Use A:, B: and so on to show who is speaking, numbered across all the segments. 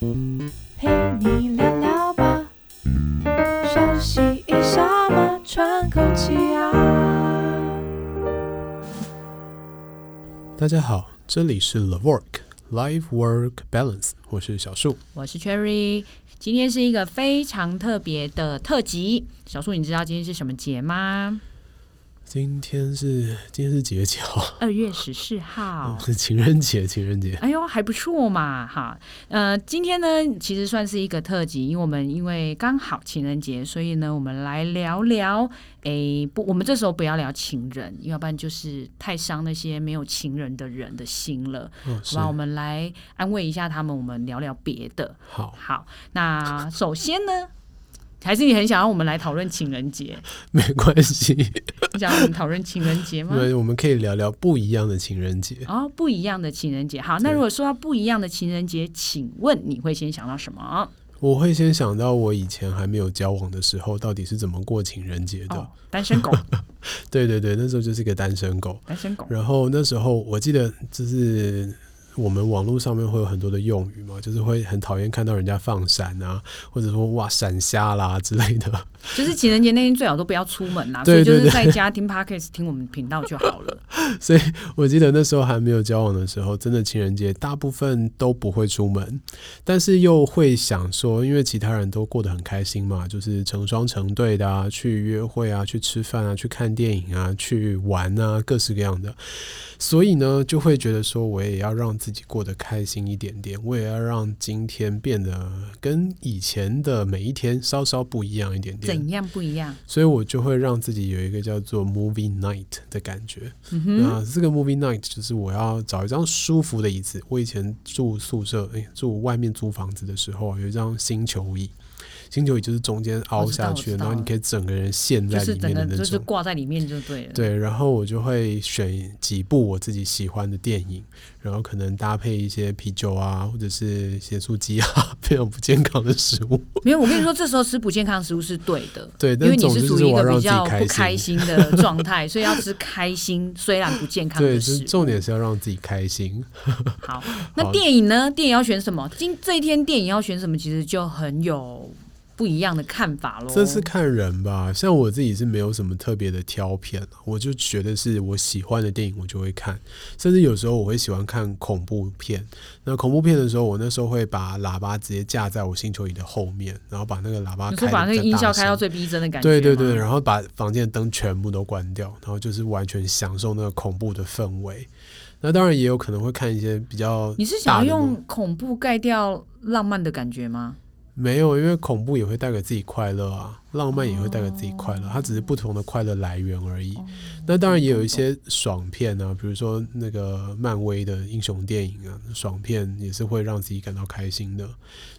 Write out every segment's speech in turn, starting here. A: 陪你聊聊吧，休息一下嘛，喘口气啊。
B: 大家好，这里是 The Work Life Work Balance，我是小树。
C: 我是 Cherry，今天是一个非常特别的特辑。小树，你知道今天是什么节吗？
B: 今天是今天是几月几号？
C: 二月十四号。
B: 是 情人节，情人节。
C: 哎呦，还不错嘛，哈，呃，今天呢，其实算是一个特辑，因为我们因为刚好情人节，所以呢，我们来聊聊，哎，不，我们这时候不要聊情人，要不然就是太伤那些没有情人的人的心了，
B: 嗯，
C: 好
B: 是
C: 吧？我们来安慰一下他们，我们聊聊别的。
B: 好，
C: 好，那首先呢， 还是你很想要我们来讨论情人节？
B: 没关系，
C: 你想要我们讨论情人节吗
B: 因？为我们可以聊聊不一样的情人节。
C: 哦，不一样的情人节。好，那
B: 对
C: 如果说到不一样的情人节，请问你会先想到什么？
B: 我会先想到我以前还没有交往的时候，到底是怎么过情人节的。
C: 哦，单身狗，
B: 对对对，那时候就是一个单身狗。
C: 单身狗。
B: 然后那时候我记得就是。我们网络上面会有很多的用语嘛，就是会很讨厌看到人家放闪啊，或者说哇闪瞎啦之类的。
C: 就是情人节那天最好都不要出门啦，
B: 对
C: 所以就
B: 对
C: 是在家听 podcast 听我们频道就好 了。
B: 所以我记得那时候还没有交往的时候，真的情人节大部分都不会出门，但是又会想说，因为其他人都过得很开心嘛，就是成双成对的啊，去约会啊，去吃饭啊，去看电影啊，去玩啊，各式各样的。所以呢，就会觉得说，我也要让自己过得开心一点点，我也要让今天变得跟以前的每一天稍稍不一样一点点。
C: 怎样不一样？
B: 所以我就会让自己有一个叫做 movie night 的感觉。
C: 嗯
B: 那
C: 哼，
B: 这个 movie night 就是我要找一张舒服的椅子。我以前住宿舍，哎、住外面租房子的时候啊，有一张星球椅。星球椅就是中间凹下去的，
C: 哦我知道我知道
B: 然后你可以整个人陷
C: 就
B: 在
C: 是
B: 里
C: 整
B: 面
C: 个
B: 的那
C: 就是
B: 种。
C: 挂在里面就对了。，
B: 对，然后我就会选几部我自己喜欢的电影，然后可能搭配一些啤酒啊，或者是咸酥鸡啊， 非常不健康的食物。
C: 没有，我跟你说，这时候吃不健康的食物是对的。
B: 对，
C: 因
B: 但
C: 为你
B: 总之
C: 是
B: 就
C: 属
B: 是
C: 于一
B: 我要
C: 个
B: 让
C: 比
B: 自己
C: 较不
B: 开
C: 开
B: 心。
C: 心的 状态，所以要吃开心，虽然不健康
B: 对，
C: 的
B: 就是
C: 食物。
B: 重点是要让自己开心。
C: 好，那电影呢？电影要选什么？今这一天电影要选什么，其实就很有不一样的看法喽。
B: 这是看人吧，像我自己是没有什么特别的挑片，啊我就觉得是我喜欢的电影我就会看，甚至有时候我会喜欢看恐怖片。那恐怖片的时候，我那时候会把喇叭直接架在我星球椅的后面，然后把那个喇叭
C: 你
B: 开
C: 说
B: 得
C: 把那个
B: 比较
C: 音
B: 大
C: 效开到
B: 声
C: 最逼真的感觉吗，
B: 对对对，然后把房间的灯全部都关掉，然后就是完全享受那个恐怖的氛围。那当然也有可能会看一些比较
C: 你是
B: 大
C: 想要
B: 的那
C: 用
B: 种
C: 恐怖盖掉浪漫的感觉吗？
B: 没有，因为恐怖也会带给自己快乐啊，浪漫也会带给自己快乐，它只是不同的快乐来源而已。那当然也有一些爽片啊，比如说那个漫威的英雄电影啊，爽片也是会让自己感到开心的。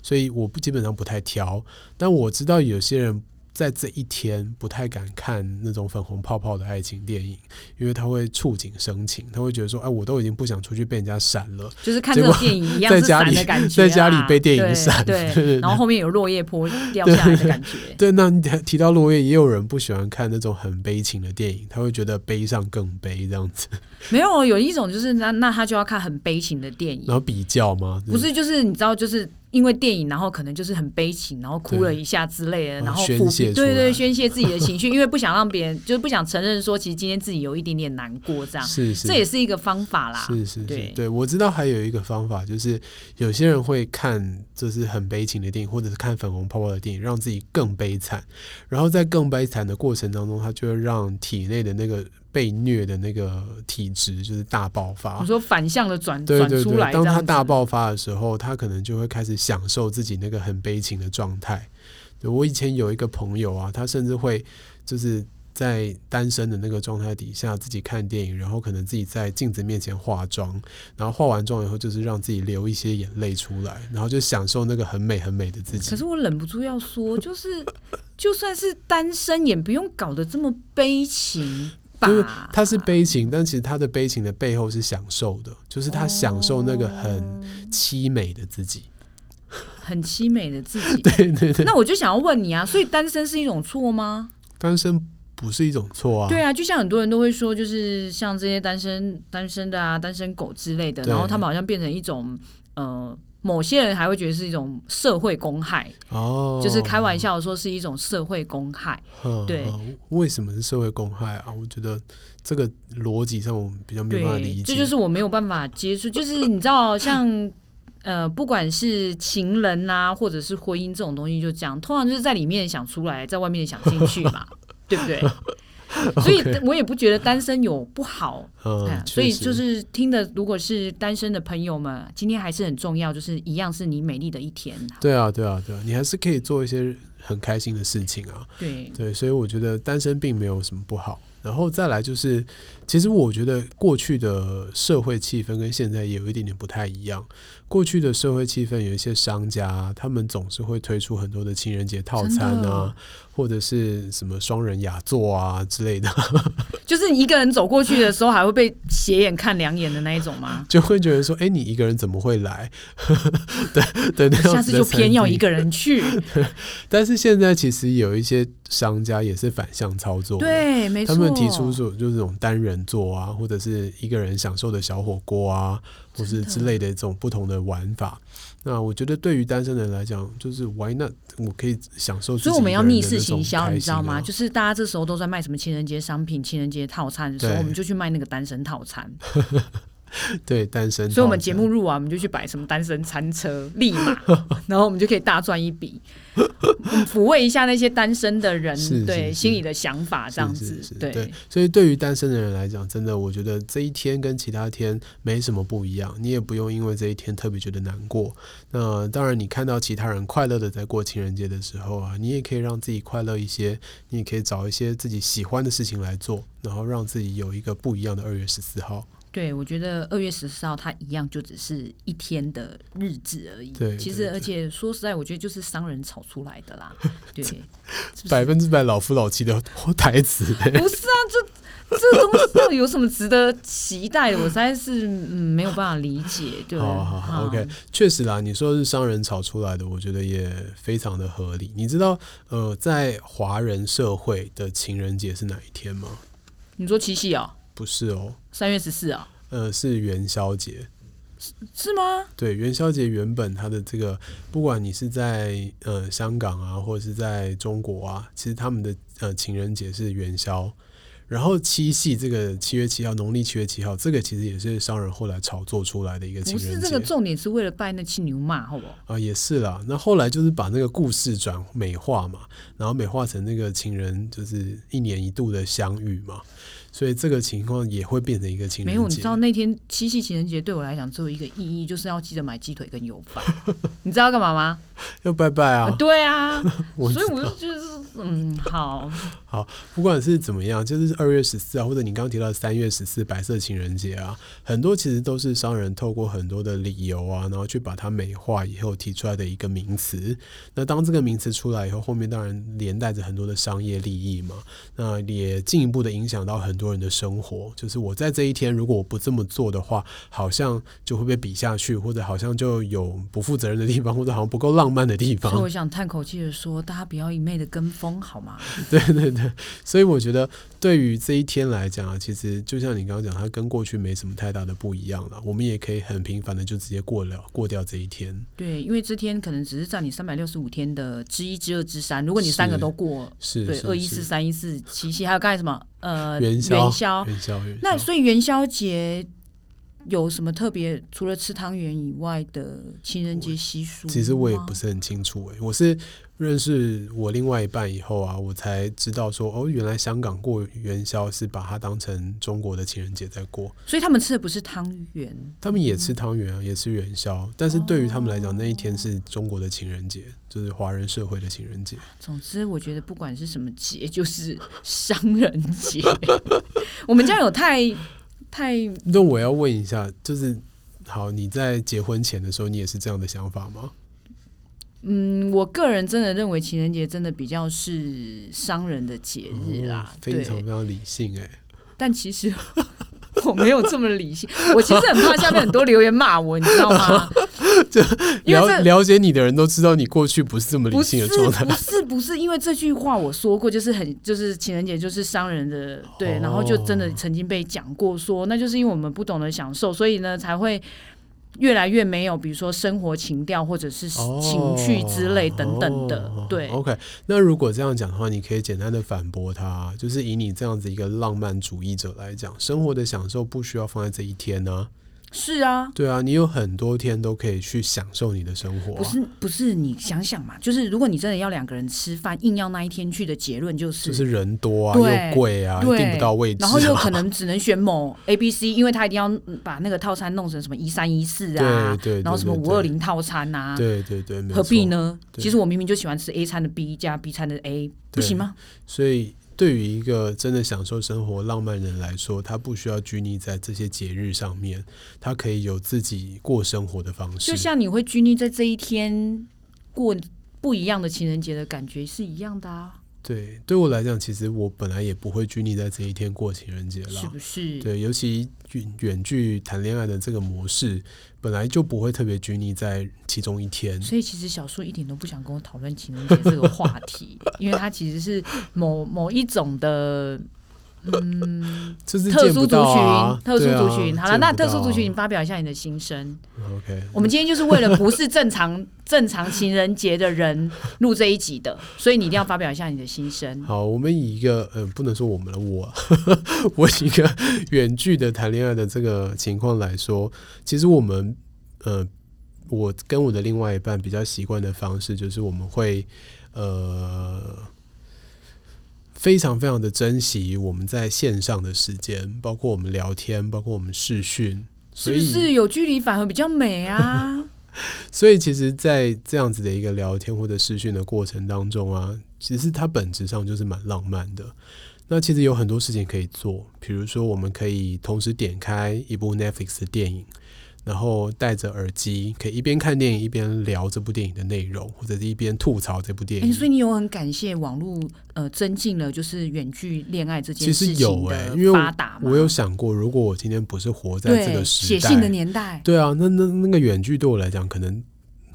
B: 所以我不基本上不太挑，但我知道有些人。在这一天不太敢看那种粉红泡泡的爱情电影，因为它会触景生情，他会觉得说，哎，我都已经不想出去被人家闪了，
C: 就是看这个 电影一样
B: 在
C: 是
B: 家里
C: 闪的感觉啊，
B: 在家里被电影闪
C: 对，
B: 对对
C: 对然后后面有落叶坡掉下来的感觉。
B: 对，那你提提到落叶，也有人不喜欢看那种很悲情的电影，他会觉得悲上更悲这样子，
C: 没有，有一种就是那那他就要看很悲情的电影
B: 然，后比较吗？
C: 不是，就是你知道，就是因为电影，然后可能就是很悲情，然后哭了一下之类的，
B: 对
C: 然后
B: 哦宣
C: 抚
B: 泄
C: 平
B: 出来
C: 对对，宣泄自己 的情绪，因为不想让别人，就是不想承认说，其实今天自己有一点点难过，这样，
B: 是是，
C: 啊这也是一个方法啦。
B: 是是是
C: 对，
B: 对我知道还有一个方法，就是有些人会看就是很悲情的电影，或者是看粉红泡泡的电影，让自己更悲惨，然后在更悲惨的过程当中，他就会让体内的那个被虐的那个体质就是大爆发。
C: 你说反向的转
B: 啊对
C: 转
B: 对
C: 出来
B: 对，
C: 这
B: 当
C: 样子，
B: 他大爆发的时候，他可能就会开始享受自己那个很悲情的状态。对我以前有一个朋友啊，他甚至会就是在单身的那个状态底下，自己看电影，然后可能自己在镜子面前化妆，然后化完妆以后，就是让自己流一些眼泪出来，然后就享受那个很美很美的自己。
C: 可是我忍不住 要说，就是就算是单身，也不用搞得这么悲情
B: 就是
C: 吧？
B: 他是悲情，但其实他的悲情的背后是享受的，就是他享受那个很凄美的自己。
C: 很凄美的自己。
B: 对对对，
C: 那我就想要问你啊，所以单身是一种错吗？
B: 单身不是一种错啊。
C: 对啊，就像很多人都会说，就是像这些单身单身的啊、单身狗之类的，
B: 对
C: 然后他们好像变成一种呃某些人还会觉得是一种社会公害，
B: 哦，
C: 就是开玩笑说是一种社会公害。
B: 哼，
C: 对
B: 哼为什么是社会公害啊？我觉得这个逻辑上我们比较没有办法理解。
C: 对，这就是我没有办法接触，就是你知道，像呃，不管是情人呐、或者是婚姻这种东西，就这样，通常就是在里面想出来，在外面想进去 嘛，对不对？所以
B: OK
C: 我也不觉得单身有不好，哎
B: 嗯，
C: 所以
B: 确实
C: 就是听的，如果是单身的朋友们，今天还是很重要，就是一样是你美丽的一天。
B: 对啊，对啊，对啊，你还是可以做一些很开心的事情啊。
C: 对，
B: 对，所以我觉得单身并没有什么不好。然后再来就是，其实我觉得过去的社会气氛跟现在也有一点点不太一样。过去的社会气氛有一些商家啊、他们总是会推出很多的情人节套
C: 真的
B: 餐啊，或者是什么双人雅座啊之类的，？
C: 就是你一个人走过去的时候，还会被斜眼看两眼的那一种吗
B: 就会觉得说，哎，你一个人怎么会来？ 对对，那样
C: 下
B: 子的
C: 次就
B: 餐
C: 偏要一
B: 厅。
C: 个 人去，
B: 但是现在其实有一些商家也是反向操作的，
C: 对，没错。
B: 他们提出说就是这种单人座啊，或者是一个人享受的小火锅啊，或是之类的这种不同的玩法。那我觉得对于单身人来讲，就是 why not？我可以享受自己
C: 所以我们要逆势行销，
B: 啊
C: 你知道吗？
B: 就
C: 就是大家这时候都在卖什么情人节商品、情人节套餐的时候，
B: 对
C: 我们就去卖那个单身套餐。
B: 对单身。
C: 所以我们节目录完，我们就去摆什么单身餐车，立马，然后我们就可以大赚一笔， 嗯抚慰一下那些单身的人
B: 是是
C: 对
B: 是
C: 心里的想法，
B: 是
C: 这样
B: 是
C: 子
B: 是。
C: 对，
B: 所以对于单身的人来讲，真的，我觉得这一天跟其他天没什么不一样，你也不用因为这一天特别觉得难过。那当然，你看到其他人快乐的在过情人节的时候啊，你也可以让自己快乐一些，你也可以找一些自己喜欢的事情来做，然后让自己有一个不一样的二月十四号。
C: 对，我觉得二月十四号它一样就只是一天的日子而已。
B: 对
C: 其
B: 对
C: 实
B: 对
C: 而且说实在，我觉得就是商人炒出来的啦。 对，是不是
B: 百分之百老夫老妻的 台词、
C: 不是啊，这这东西到底有什么值得期待的？我实在是嗯没有办法理解。对，
B: 好好好
C: 嗯
B: ，OK，确实啦，你说是商人炒出来的，我觉得也非常的合理。你知道，呃，在华人社会的情人节是哪一天吗？
C: 你说七夕哦，
B: 不是哦，
C: 三月十四哦，
B: 呃，是元宵节。
C: 是吗？
B: 对，元宵节原本它的这个，不管你是在呃香港啊，或者是在中国啊，其实他们的呃情人节是元宵。然后七夕这个七月七号，农历七月七号，这个其实也是商人后来炒作出来的一个情
C: 不
B: 人节。
C: 是这个重点是为了拜那七牛马，好不好？
B: 啊，也是啦。那后来就是把那个故事转美化嘛，然后美化成那个情人就是一年一度的相遇嘛，所以这个情况也会变成一个情人
C: 没
B: 节。
C: 有，你知道那天七夕情人节对我来讲只有一个意义，就是要记得买鸡腿跟油饭。 你知道要干嘛吗？
B: 要拜拜啊！
C: 呃对啊，
B: 我
C: 所以我就觉得是嗯好，
B: 不管是怎么样，就是二月十四啊，或者你刚刚提到三月十四白色情人节啊，很多其实都是商人透过很多的理由啊，然后去把它美化以后提出来的一个名词。那当这个名词出来以后，后面当然连带着很多的商业利益嘛，那也进一步的影响到很多人的生活。就是我在这一天如果我不这么做的话，好像就会被比下去，或者好像就有不负责任的地方，或者好像不够浪漫的地
C: 所以
B: 方
C: 我。想叹口气的说，大家不要一昧的跟风好吗？
B: 对对对，所以我觉得对于这一天来讲啊，其实就像你刚刚讲，它跟过去没什么太大的不一样了。我们也可以很平凡的就直接过了过掉这一天。
C: 对，因为这天可能只是占你三百六十五天的之一、之二、之三。如果你三个
B: 是
C: 都过，
B: 是，
C: 对，
B: 是
C: 二一四、
B: 是
C: 三一四、七夕，还有刚才什么呃
B: 元宵
C: 元宵。
B: 元宵元宵。
C: 那所以元宵节有什么特别？除了吃汤圆以外的情人节习俗吗？
B: 其实我也不是很清楚欸诶、我是认识我另外一半以后啊，我才知道说哦，原来香港过元宵是把它当成中国的情人节在过。
C: 所以他们吃的不是汤圆，
B: 他们也吃
C: 嗯
B: 汤圆啊，也吃元宵，但是对于他们来讲，那一
C: 哦
B: 天是中国的情人节，就是华人社会的情人节。
C: 总之，我觉得不管是什么节，就是商人节。 我们家有太太
B: 那我要问一下，就是好，你在结婚前的时候，你也是这样的想法吗？
C: 嗯，我个人真的认为情人节真的比较是商人的节日啦，
B: 嗯非
C: 啊对。
B: 常非常理性哎、
C: 但其实 我没有这么理性，我其实很怕下面很多留言骂我，你知 道吗？因为
B: 了
C: 这
B: 了解你的人都知道，你过去不是这么理
C: 不
B: 性
C: 是
B: 的状态
C: 不。是不是，因为这句话我说过，就是很就是情人节就是商人的对，然后就真的
B: 哦
C: 曾经被讲过说，那就是因为我们不懂得享受，所以呢才会。越来越没有，比如说生活情调或者是
B: 哦
C: 情趣之类等等的。
B: 哦
C: 对，
B: ，OK。那如果这样讲的话，你可以简单的反驳他，就是以你这样子一个浪漫主义者来讲，生活的享受不需要放在这一天啊。
C: 是啊，
B: 对啊，你有很多天都可以去享受你的生活、啊。
C: 不是不是，你想想嘛，就是如果你真的要两个人吃饭，硬要那一天去的结论就是，
B: 就是人多啊，
C: 对
B: 又贵啊，
C: 对
B: 订不到位置、啊，
C: 然后又可能只能选某 A、B、C，因为他一定要嗯把那个套餐弄成什么一三一四
B: 对
C: 啊，
B: 对对
C: 然后什么
B: 对
C: 五
B: 对
C: 二零套餐啊，
B: 对对对，没
C: 何必
B: 错？
C: 呢？
B: 对
C: 其实我明明就喜欢吃 A 餐的 B 加 B 餐的 A，不行吗？
B: 所以对于一个真的享受生活浪漫人来说，他不需要拘泥在这些节日上面，他可以有自己过生活的方式。
C: 就像你会拘泥在这一天过不一样的情人节的感觉是一样的啊，
B: 对，对我来讲，其实我本来也不会拘泥在这一天过情人节啦。
C: 是不是？
B: 对，尤其远远距谈恋爱的这个模式，本来就不会特别拘泥在其中一天。
C: 所以其实小树一点都不想跟我讨论情人节这个话题，因为他其实是某某一种的
B: 就是
C: 特
B: 见
C: 殊
B: 不
C: 族
B: 到啊
C: 群，特殊
B: 对啊
C: 族群。好了，
B: 见
C: 那
B: 不
C: 特殊
B: 到
C: 族
B: 啊
C: 群，你发表一下你的心声。
B: OK，
C: 我们今天就是为 了不是正常正常情人节的人录这一集的，所以你一定要发表一下你的心声。
B: 好，我们以一个呃，不能说我们了，我 我以一个远距的谈恋爱的这个情况来说，其实我们呃，我跟我的另外一半比较习惯的方式，就是我们会呃。非常非常的珍惜我们在线上的时间，包括我们聊天，包括我们视讯，
C: 是
B: 所
C: 不
B: 以
C: 是有距离反而比较美啊？
B: 所以其实，在这样子的一个聊天或者视讯的过程当中啊，其实它本质上就是蛮浪漫的。那其实有很多事情可以做，比如说我们可以同时点开一部 Netflix 的电影，然后戴着耳机，可以一边看电影一边聊这部电影的内容，或者是一边吐槽这部电
C: 哎、
B: 影。
C: 所以你有很感谢网络呃增进了就是远距恋爱这件
B: 其
C: 事
B: 实
C: 情
B: 有哎、
C: 的
B: 因为
C: 发达
B: 我
C: 嘛
B: 有想过，如果我今天不是活在这
C: 对
B: 个时
C: 写
B: 代，
C: 信的年代，
B: 对啊，那那那个远距对我来讲，可能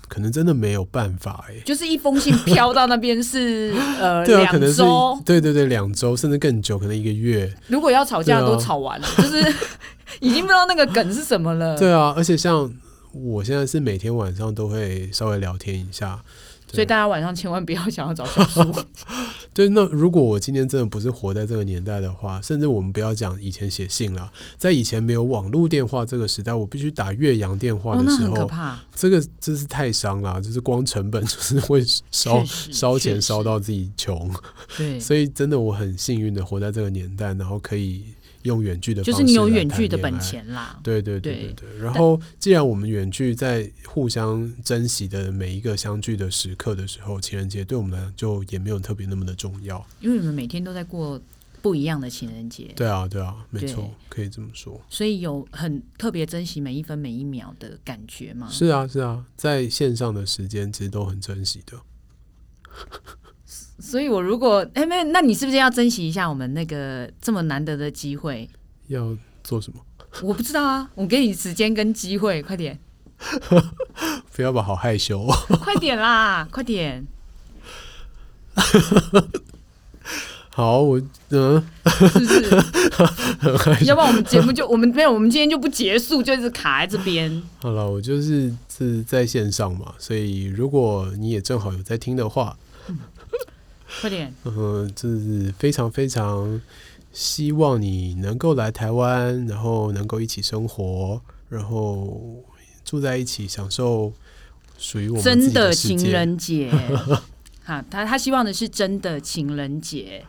B: 可能真的没有办法哎、
C: 就是一封信飘到那边 是呃
B: 对啊，可
C: 两
B: 能是
C: 周，
B: 对对对，两周甚至更久，可能一个月。
C: 如果要吵架
B: 对啊
C: 都吵完了，就是 已经不知道那个梗是什么了。
B: 对啊，而且像我现在是每天晚上都会稍微聊天一下。
C: 所以大家晚上千万不要想要找小 叔，
B: 对，那如果我今天真的不是活在这个年代的话，甚至我们不要讲以前写信啦，在以前没有网络电话这个时代，我必须打岳阳电话
C: 哦，
B: 的
C: 那
B: 时
C: 很
B: 候，
C: 可怕，
B: 这个真是太伤啦，就是光成本 就是会烧
C: 确实
B: 烧
C: 确
B: 钱烧
C: 实
B: 到自己穷。
C: 对，
B: 所以真的我很幸运的活在这个年代，然后可以用远距的
C: 就是
B: 方
C: 你
B: 式
C: 有
B: 来
C: 远
B: 谈
C: 距的
B: 恋
C: 本
B: 爱
C: 钱啦。
B: 对对对
C: 对
B: 对对。然后，既然我们远距在互相珍惜的每一个相聚的时刻的时候，情人节对我们来讲就也没有特别那么的重要。
C: 因为你们每天都在过不一样的情人节，
B: 对啊，对啊，没
C: 对
B: 错，可以这么说。
C: 所以有很特别珍惜每一分每一秒的感觉嘛。
B: 是啊，是啊，在线上的时间其实都很珍惜的。
C: 所以我如果哎没有，那你是不是要珍惜一下我们那个这么难得的机会？
B: 要做什么？
C: 我不知道啊，我给你时间跟机会，快点，
B: 不要吧，好害羞、哦。
C: 快点啦，快点。
B: 好，我嗯，
C: 是不 是？要不然我们节目就我们没有，我们今天就不结束，就一直卡在这边。
B: 好了，我就是是在线上嘛，所以如果你也正好有在听的话，
C: 快点，
B: 嗯，就是非常非常希望你能够来台湾，然后能够一起生活，然后住在一起，享受属于我们自
C: 真
B: 己的世界
C: 情。人节。 哈，他他希望的是真的情人节，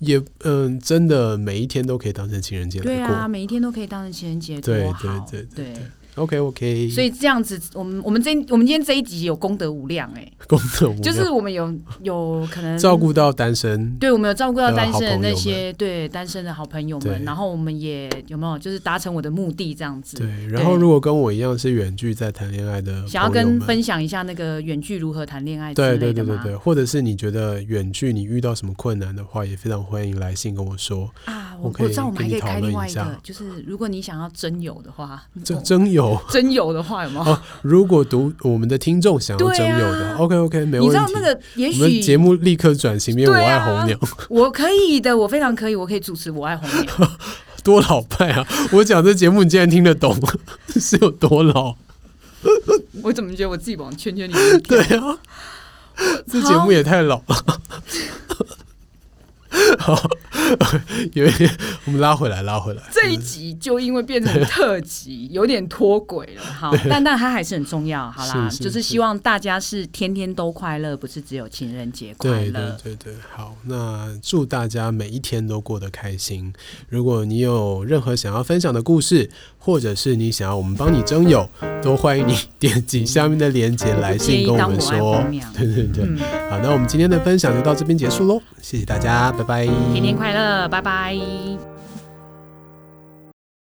B: 也嗯，真的每一天都可以当成情人节
C: 对
B: 来
C: 啊，
B: 过。
C: 每一天都可以当成情人节，
B: 对
C: 多好，
B: 对对OK OK，
C: 所以这样子，我们我们这我们今天这一集有功德无量哎、
B: 功德无量
C: 就是我们有有可能
B: 照顾到单身。
C: 对，我们有照顾到
B: 呃
C: 单
B: 好
C: 身的
B: 朋
C: 那
B: 友
C: 些对单身的好朋友们，
B: 对
C: 然后我们也有没有就是达成我的目的这样子，
B: 对，然后如果跟我一样是远距在谈恋爱的，
C: 想要跟分。享一下那个远距如何谈恋爱之
B: 对
C: 类
B: 对
C: 的
B: 对对
C: 吗？
B: 对，或者是你觉得远距你遇到什么困难的话，也非常欢迎来信跟我说。
C: 啊，
B: 我
C: 我
B: 可以
C: 知道我们还
B: 跟你
C: 可以开
B: 讨论
C: 另
B: 一
C: 外一个
B: 下，
C: 就是如果你想要真友的话，
B: 真
C: 哦
B: 真有，
C: 真友的话有没有？
B: 哦如果读我们的听众想要
C: 哦对
B: 征
C: 啊
B: 友的、o k OK，没问题。
C: 你知道那个也
B: 我们节
C: 许
B: 目立刻转型，因为我
C: 对
B: 爱
C: 啊
B: 红娘，
C: 我可以的，我非常可以，我可以主持《我爱红娘》
B: 多老派啊！我讲这节目你竟然听得懂， 是有多老？
C: 我怎么觉得我自己往圈圈里面
B: 对 啊，这节目也太老了。 好，有一点，我们拉回来，拉回来。
C: 这一集就因为变成特辑，有点脱轨了。好，但但它还是很重要。好啦，
B: 是是
C: 就是
B: 是
C: 希望大家是天天都快乐，不是只有情人节快
B: 对
C: 乐。
B: 对对对，好，那祝大家每一天都过得开心。如果你有任何想要分享的故事，或者是你想要我们帮你征友，都欢迎你 点击下面的链接来
C: 建
B: 信
C: 议
B: 跟我
C: 当
B: 们
C: 我爱
B: 说
C: 红。娘，
B: 对对对，
C: 嗯，
B: 好，那我们今天的分享就到这边结束喽，谢谢大家，拜拜，
C: 天天快乐，拜拜。